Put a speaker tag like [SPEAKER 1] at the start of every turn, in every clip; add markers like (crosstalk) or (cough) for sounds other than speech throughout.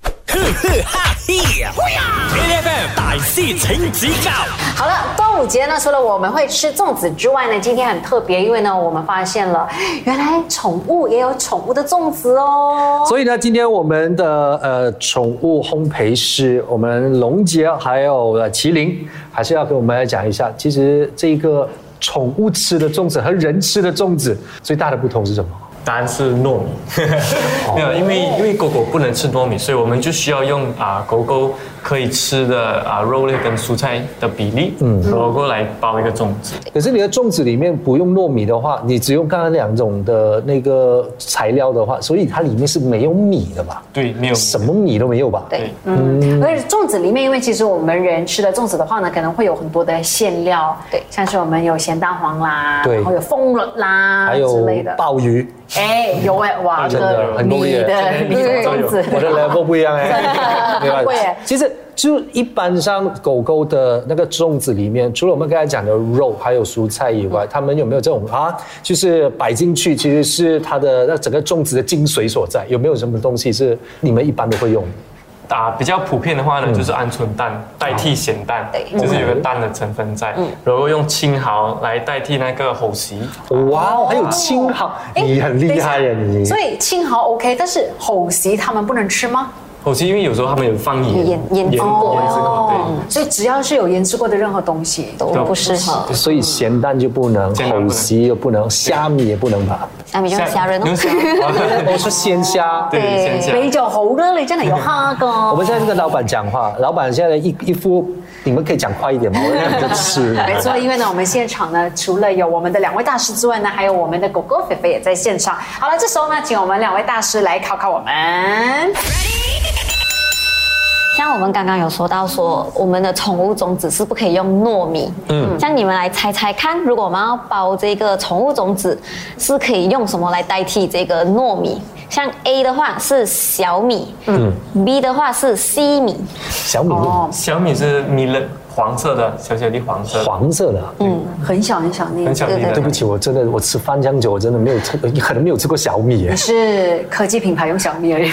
[SPEAKER 1] (laughs)
[SPEAKER 2] 呵呵哈嘿，A F M 大师请指教。
[SPEAKER 3] 好了，端午节呢，除了我们会吃粽子之外呢，今天很特别，因为呢，我们发现了原来宠物也有宠物的粽子哦。
[SPEAKER 4] 所以呢，今天我们的呃宠物烘焙师，我们龙杰还有呃麒麟，还是要给我们来讲一下，其实这个宠物吃的粽子和人吃的粽子最大的不同是什么？
[SPEAKER 1] 答案是糯米，没有，因为因为狗狗不能吃糯米，所以我们就需要用啊、狗狗可以吃的啊、肉类跟蔬菜的比例，嗯，狗狗来包一个粽子。
[SPEAKER 4] 可是你的粽子里面不用糯米的话，你只用刚刚两种的那个材料的话，所以它里面是没有米的吧？
[SPEAKER 1] 对，没有
[SPEAKER 4] 什么米都没有吧？
[SPEAKER 3] 对，嗯，而且粽子里面，因为其实我们人吃的粽子的话呢，可能会有很多的馅料，
[SPEAKER 5] 对
[SPEAKER 3] 像是我们有咸蛋黄啦，
[SPEAKER 4] 对
[SPEAKER 3] 然后有凤螺啦
[SPEAKER 4] 还
[SPEAKER 3] 之
[SPEAKER 4] 有
[SPEAKER 3] 类的，
[SPEAKER 4] 鲍鱼，
[SPEAKER 3] 哎，有哎，哇，
[SPEAKER 4] 真的很
[SPEAKER 3] 你
[SPEAKER 4] 厉
[SPEAKER 3] 的
[SPEAKER 4] 害
[SPEAKER 3] (laughs) 你的粽子， (laughs)
[SPEAKER 4] 我的 level 不一样 (laughs) 哎，
[SPEAKER 3] 真的很贵耶
[SPEAKER 4] 其实就一般上狗狗的那个粽子里面，除了我们刚才讲的肉还有蔬菜以外，它们有没有这种啊？就是摆进去其实是它的那整个粽子的精髓所在，有没有什么东西是你们一般都会用的？
[SPEAKER 1] 啊、比较普遍的话呢，就是鹌鹑蛋代替咸蛋，
[SPEAKER 5] 对
[SPEAKER 1] 就是有个蛋的成分在，然后用青蚝来代替那个吼席，
[SPEAKER 4] 哇哦，还有青蚝，
[SPEAKER 3] 哎
[SPEAKER 4] 你很厉害啊呀
[SPEAKER 3] 等一下所
[SPEAKER 4] 你！
[SPEAKER 3] 以青蚝 OK，但是吼席他们不能吃吗？
[SPEAKER 1] 吼席因为有时候他们有放盐，
[SPEAKER 5] 盐盐制过
[SPEAKER 1] 腌制过，
[SPEAKER 3] 哦所以只要是有腌制过的任何东西都
[SPEAKER 5] 都不适合。
[SPEAKER 4] 所以咸蛋就不能，
[SPEAKER 1] 咸蛋不
[SPEAKER 4] 猴
[SPEAKER 1] 能
[SPEAKER 4] 席又不能，虾米也不能吧？
[SPEAKER 5] 下面就
[SPEAKER 1] 对，
[SPEAKER 5] 是虾仁哦
[SPEAKER 1] 用。虾 (laughs)
[SPEAKER 4] 我是鲜虾。
[SPEAKER 1] 对，
[SPEAKER 5] 对
[SPEAKER 1] 鲜虾。
[SPEAKER 3] 美酒猴呢，你真的有哈个。
[SPEAKER 4] 我们现在跟老板讲话，老板现在一一副，你们可以讲快一点吗？我让你
[SPEAKER 3] (laughs)
[SPEAKER 4] 们吃。
[SPEAKER 3] 没错，因为呢，我们现场呢，除了有我们的两位大师之外呢，还有我们的狗狗肥肥也在现场。好了，这时候呢，请我们两位大师来考考我们。
[SPEAKER 5] 像我们刚刚有说到说，我们的宠物种子是不可以用糯米。嗯，像你们来猜猜看，如果我们要包这个宠物种子，是可以用什么来代替这个糯米？像 A 的话是小米，嗯，B 的话是西米，
[SPEAKER 4] 小米
[SPEAKER 3] 哦，
[SPEAKER 1] 小米是米勒黄色的，小小粒黄色的，
[SPEAKER 4] 黄色的啊。
[SPEAKER 3] 很小很小那
[SPEAKER 1] 很小
[SPEAKER 3] 个。
[SPEAKER 1] 粒的。
[SPEAKER 4] 对不起，我真的我吃翻江酒，我真的没有吃，可能没有吃过小米耶
[SPEAKER 3] 你。是科技品牌用小米而已。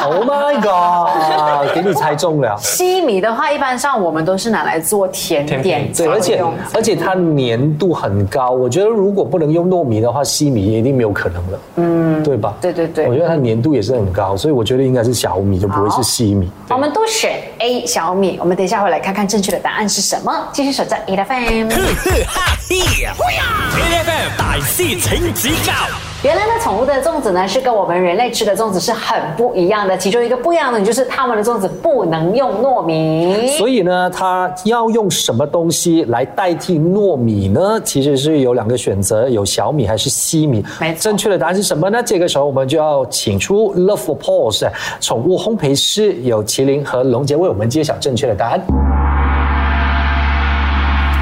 [SPEAKER 4] Oh my god！给你猜中了。
[SPEAKER 3] 西米的话，一般上我们都是拿来做甜
[SPEAKER 1] 甜
[SPEAKER 3] 点
[SPEAKER 1] 品
[SPEAKER 3] 才
[SPEAKER 4] 对，
[SPEAKER 3] 会
[SPEAKER 4] 而且
[SPEAKER 3] 用
[SPEAKER 4] 而且它粘度很高，我觉得如果不能用糯米的话，西米也一定没有可能了，嗯，对吧？
[SPEAKER 3] 对对对
[SPEAKER 4] 我觉得它粘度也是很高，所以我觉得应该是小米，就不会
[SPEAKER 3] 好
[SPEAKER 4] 是西米。
[SPEAKER 3] 我们都选 A 小米，我们等一下回来看看正确的答案是什么。继续守在 A 的 FM。
[SPEAKER 2] 呵呵哈 (laughs) 嘿，A F M 大师请指教。
[SPEAKER 3] 原来呢，宠物的粽子呢是跟我们人类吃的粽子是很不一样的。其中一个不一样的就是它们的粽子不能用糯米。
[SPEAKER 4] 所以呢，它要用什么东西来代替糯米呢？其实是有两个选择，有小米还是西米
[SPEAKER 3] 没。错
[SPEAKER 4] 正确的答案是什么呢？这个时候我们就要请出 Love for Paws 宠物烘焙师，有麒麟和龙杰为我们揭晓正确的答案。
[SPEAKER 5] 答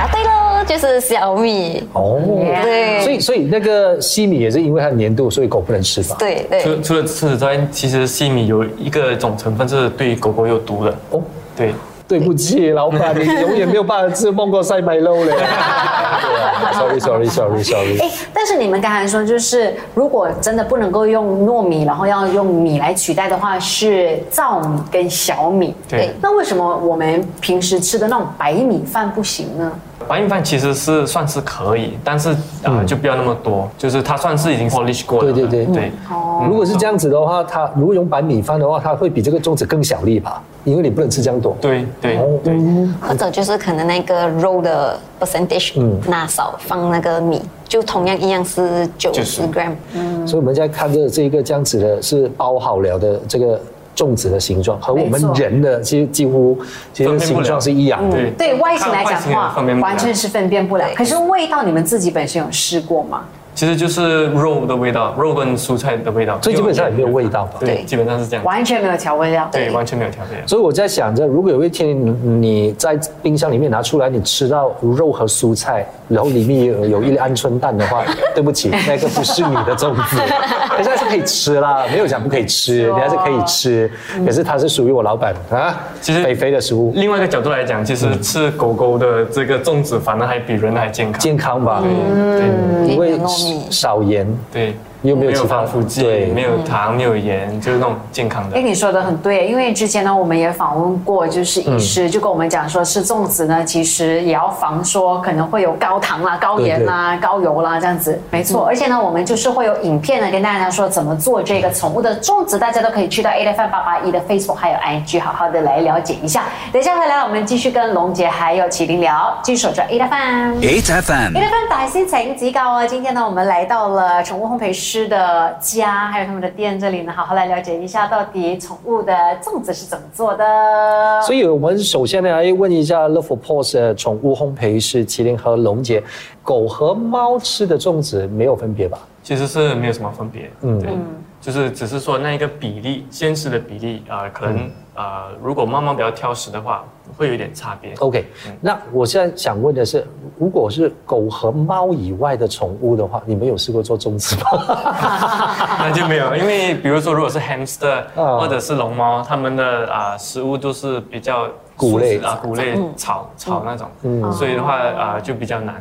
[SPEAKER 5] 啊对喽，就是小米。
[SPEAKER 4] 哦，
[SPEAKER 5] 对
[SPEAKER 4] 所以所以那个西米也是因为它的粘度，所以狗不能吃吧？
[SPEAKER 5] 对对，
[SPEAKER 1] 除除了吃之外，其实西米有一个种成分是对狗狗有毒的。
[SPEAKER 4] 哦，
[SPEAKER 1] 对，
[SPEAKER 4] 对不起，老板，你永远没有办法吃孟国塞
[SPEAKER 3] (laughs)
[SPEAKER 4] 白肉嘞。Sorry 啊 Sorry Sorry Sorry。
[SPEAKER 3] 哎，但是你们刚才说，就是如果真的不能够用糯米，然后要用米来取代的话，是糙米跟小米。
[SPEAKER 1] 对
[SPEAKER 3] 哎那为什么我们平时吃的那种白米饭不行呢？
[SPEAKER 1] 白米饭其实是算是可以，但是啊、就不要那么多，就是它算是已经 polish 过了。
[SPEAKER 4] 嗯对对嗯对
[SPEAKER 1] 对，
[SPEAKER 3] 哦
[SPEAKER 4] 如果是这样子的话，它如果用白米饭的话，它会比这个粽子更小粒吧？因为你不能吃这样多。
[SPEAKER 1] 对对
[SPEAKER 4] 哦
[SPEAKER 1] 对，
[SPEAKER 5] 或者就是可能那个肉的 percentage 拿少，放那个米，就同样一样是九十
[SPEAKER 1] 90
[SPEAKER 5] gram。
[SPEAKER 4] 所以我们现在看着这个这样子的是包好了的这个粽子的形状，和我
[SPEAKER 3] 没
[SPEAKER 4] 们
[SPEAKER 3] 错嗯
[SPEAKER 4] 人的其实几乎其实
[SPEAKER 1] 分辨不
[SPEAKER 4] 形
[SPEAKER 1] 了
[SPEAKER 4] 状是一样的。
[SPEAKER 1] 对
[SPEAKER 3] 对外形来讲
[SPEAKER 1] 看外
[SPEAKER 3] 的
[SPEAKER 1] 形也
[SPEAKER 3] 话
[SPEAKER 1] 分辨，不了
[SPEAKER 3] 完全是分辨不了。
[SPEAKER 5] 对
[SPEAKER 3] 可是味道，你们自己本身有试过吗？
[SPEAKER 1] 其实就是肉的味道，肉跟蔬菜的味道，
[SPEAKER 4] 所以基本上也没有味道吧
[SPEAKER 1] 对，
[SPEAKER 5] 对
[SPEAKER 1] 基本上是这样。
[SPEAKER 3] 完全没有调味料。
[SPEAKER 1] 对，完全没有调味料。
[SPEAKER 4] 所以我在想着，如果有一天你你在冰箱里面拿出来，你吃到肉和蔬菜，然后里面有有一粒鹌鹑蛋的
[SPEAKER 1] (laughs)
[SPEAKER 4] 话，对不起，那个不是你的粽子，可是还是可以吃啦，没有讲不可以吃，
[SPEAKER 3] 哦
[SPEAKER 4] 你还是可以吃，可是它是属于我老板
[SPEAKER 1] 嗯
[SPEAKER 4] 啊，
[SPEAKER 1] 其实
[SPEAKER 4] 肥肥的食物，
[SPEAKER 1] 另外一个角度来讲，其
[SPEAKER 4] 嗯
[SPEAKER 1] 实吃狗狗的这个粽子，反而还比人还健康。
[SPEAKER 4] 健康吧，
[SPEAKER 1] 对
[SPEAKER 4] 因
[SPEAKER 5] 因
[SPEAKER 4] 为
[SPEAKER 5] 为有糯米
[SPEAKER 4] 少盐。
[SPEAKER 1] 对
[SPEAKER 4] 又没有
[SPEAKER 1] 没有
[SPEAKER 4] 其他
[SPEAKER 1] 防腐剂，
[SPEAKER 4] 对，
[SPEAKER 1] 没有糖，没有盐，就是那种健康的
[SPEAKER 3] 哎，。你说的很对，因为之前呢，我们也访问过，就是医师、就跟我们讲说，吃粽子呢，其实也要防说可能会有高糖啦、高盐啦、高油啦这样子，没错。而且呢，我们就是会有影片呢，跟大家说怎么做这个宠物的粽子，大家都可以去到 A F 八八一的 Facebook 还有 IG，好好的来了解一下。等一下回来，我们继续跟龙杰还有麒麟聊，继续守着 A F。
[SPEAKER 2] ，H F M
[SPEAKER 3] 一份大师请指教啊！今天呢，我们来到了宠物烘焙师的家，还有他们的店这里呢，好好来了解一下到底宠物的粽子是怎么做的。
[SPEAKER 4] 所以我们首先呢，来问一下 Love for Paws 的宠物烘焙师麒麟和龙姐，狗和猫吃的粽子没有分别吧？
[SPEAKER 1] 其实是没有什么分别，
[SPEAKER 4] 嗯
[SPEAKER 1] 对，就是只是说那一个比例，鲜食的比例啊、呃可
[SPEAKER 4] 嗯
[SPEAKER 1] 能、呃，如果猫猫比较挑食的话，会有一点差别。
[SPEAKER 4] OK，那我现在想问的是，如果是狗和猫以外的宠物的话，你们有试过做粽子吗？
[SPEAKER 1] (laughs) 那就没有，因为比如说如果是 hamster
[SPEAKER 4] 啊
[SPEAKER 1] 或者是龙猫，它们的啊、食物都是比较
[SPEAKER 4] 谷类嗯
[SPEAKER 1] 啊谷类草草那种，所以的话啊、就比较难。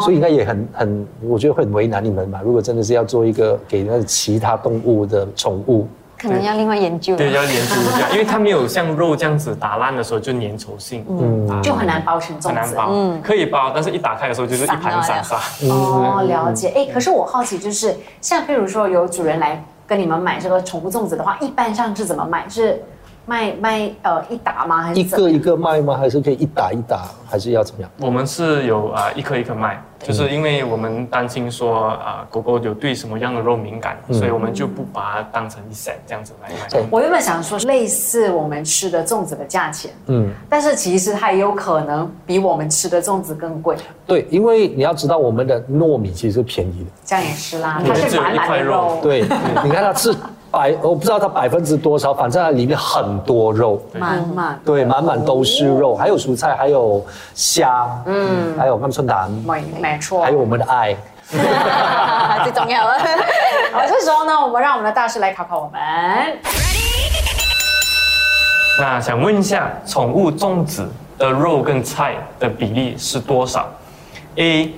[SPEAKER 4] 所以应该也很很，我觉得会很为难你们吧。如果真的是要做一个给那其他动物的宠物，
[SPEAKER 5] 可能要另外研究了。
[SPEAKER 1] 对，要研究一下，因为它没有像肉这样子打烂的时候就粘稠性，嗯，
[SPEAKER 3] 就很难嗯包成
[SPEAKER 1] 很
[SPEAKER 3] 粽
[SPEAKER 1] 难
[SPEAKER 3] 子。
[SPEAKER 1] 包，嗯可以包，但是一打开的时候就是一盘散沙。
[SPEAKER 3] 哦，了解。哎，可是我好奇，就是像譬如说有主人来跟你们买这个宠物粽子的话，一般上是怎么买？是卖卖呃一打吗？还
[SPEAKER 4] 一
[SPEAKER 3] 是怎么
[SPEAKER 4] 个一个卖吗？还是可以一打一打？还是要怎么样？
[SPEAKER 1] 我们是有啊、呃一颗一颗卖，就是因为我们担心说啊、呃狗狗有对什么样的肉敏感，所以我们就不把它当成一 set 这样子来卖。
[SPEAKER 3] 我原本想说类似我们吃的粽子的价钱，嗯，但是其实它也有可能比我们吃的粽子更贵。
[SPEAKER 4] 对，因为你要知道，我们的糯米其实是便宜的。
[SPEAKER 3] 这样也是啦，
[SPEAKER 4] 嗯
[SPEAKER 1] 对
[SPEAKER 3] 它是满满的肉，
[SPEAKER 4] 对，你看它是百，我不知道它百分之多少，反正它里面很多肉，
[SPEAKER 3] 满满
[SPEAKER 4] 对，满满都是肉，还有蔬菜，还有虾，嗯，还有鹌鹑蛋，
[SPEAKER 3] 没没错。
[SPEAKER 4] 还有我们的爱。
[SPEAKER 5] (laughs) 最重要了。
[SPEAKER 3] 好，这时候呢，我们让我们的大师来考考我们。
[SPEAKER 1] 那想问一下，宠物粽子的肉跟菜的比例是多少？A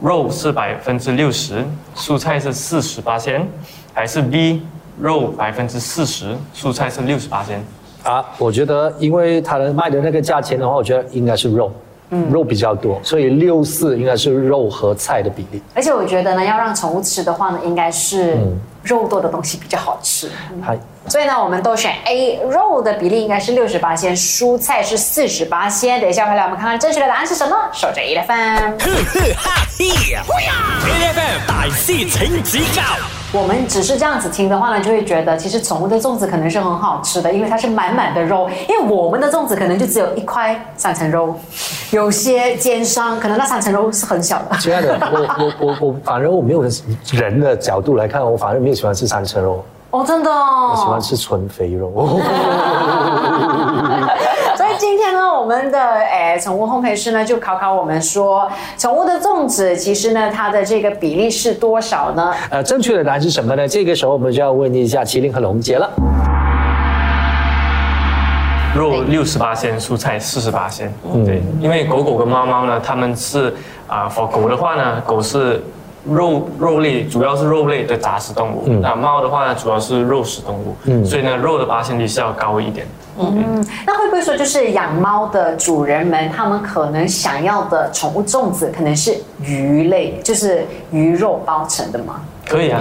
[SPEAKER 1] 肉是百分之六十，蔬菜是四十八先，还是 B 肉百分之四十，蔬菜是六十八先？
[SPEAKER 4] 啊，我觉得因为它的卖的那个价钱的话，我觉得应该是肉，肉比较多，所以六四应该是肉和菜的比例。
[SPEAKER 3] 而且我觉得呢，要让宠物吃的话呢，应该是
[SPEAKER 4] 嗯
[SPEAKER 3] 肉多的东西比较好吃。
[SPEAKER 4] 还
[SPEAKER 3] 所以呢，我们都选 A，肉的比例应该是六十八鲜，蔬菜是四十八鲜。等一下回来我们看看正确的答案是什么。守着 E 的分。
[SPEAKER 2] 呵呵哈嘿，A F M 大师请指教
[SPEAKER 3] 我们只是这样子听的话呢，就会觉得其实宠物的粽子可能是很好吃的，因为它是满满的肉。因为我们的粽子可能就只有一块三层肉，有些奸商可能那三层肉是很小的。
[SPEAKER 4] 亲爱的，我我我我，反正我没有人的角度来看，我反正没有喜欢吃三层肉，
[SPEAKER 3] 哦，真的哦。
[SPEAKER 4] 我喜欢吃纯肥肉。
[SPEAKER 3] (laughs)
[SPEAKER 4] (laughs)
[SPEAKER 3] 所以今天呢，我们的诶宠物烘焙师呢，就考考我们说，宠物的粽子其实呢，它的这个比例是多少呢？
[SPEAKER 4] 呃，正确的答案是什么呢？这个时候我们就要问一下麒麟和龙杰了。
[SPEAKER 1] 肉六十八先，蔬菜四十八先。对，因为狗狗跟猫猫呢，它们是啊、for 狗的话呢，狗是肉肉类，主要是肉类的杂食动物。那猫的话呢，主要是肉食动物。所以呢，肉的八仙率是要高一点。
[SPEAKER 3] 那会不会说，就是养猫的主人们，他们可能想要的宠物粽子，可能是鱼类，就是鱼肉包成的吗？
[SPEAKER 1] 可以啊，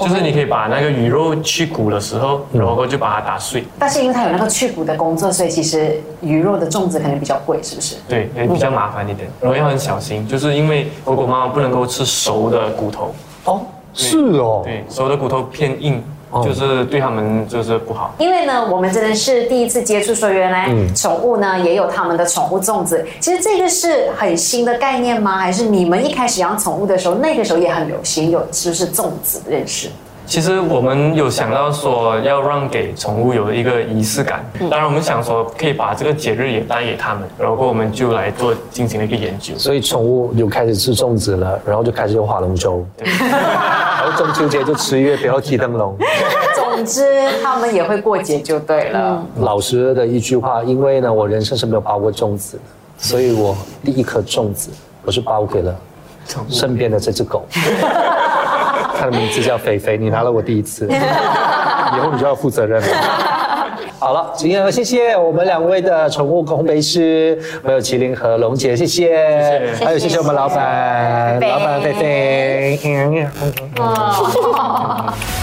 [SPEAKER 1] 就是你可以把那个鱼肉去骨的时候，然后就把它打碎，
[SPEAKER 3] 但是因为它有那个去骨的工作，所以其实鱼肉的粽子可能比较贵，是不是？
[SPEAKER 1] 对，也比较麻烦一点，然后要很小心，就是因为狗狗猫猫不能够吃熟的骨头，
[SPEAKER 4] 哦，是哦，
[SPEAKER 1] 对，熟的骨头偏硬，就是对它们就是不好。
[SPEAKER 3] 因为呢，我们真的是第一次接触，说原来宠物呢、也有他们的宠物粽子。其实这个是很新的概念吗？还是你们一开始养宠物的时候，那个时候也很流行有就是粽子的认识？
[SPEAKER 1] 其实我们有想到说要让给宠物有一个仪式感，当然我们想说可以把这个节日也带给他们，然后我们就来做进行了一个研究。
[SPEAKER 4] 所以宠物就开始吃粽子了，然后就开始用划龙舟， (laughs) 然后中秋节就吃月饼，要提灯笼。
[SPEAKER 3] 总之，他们也会过节就对了。
[SPEAKER 4] 老实的一句话，因为呢，我人生是没有包过粽子的，所以我第一颗粽子我是包给了身边的这只狗。她的名字叫肥肥，你拿了我第一 (laughs) 次，以后你就要负责任了。好了，今天谢谢我们两位的宠物烘焙师，我有麒麟和龙姐，谢谢，还有谢谢我们老板，老板菲菲。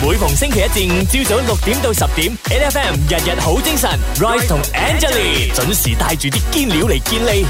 [SPEAKER 2] 每逢星期一至五朝早六點到十點，N F M 日日好精神，Rise 同 Angelie 準時帶住啲堅料嚟健利。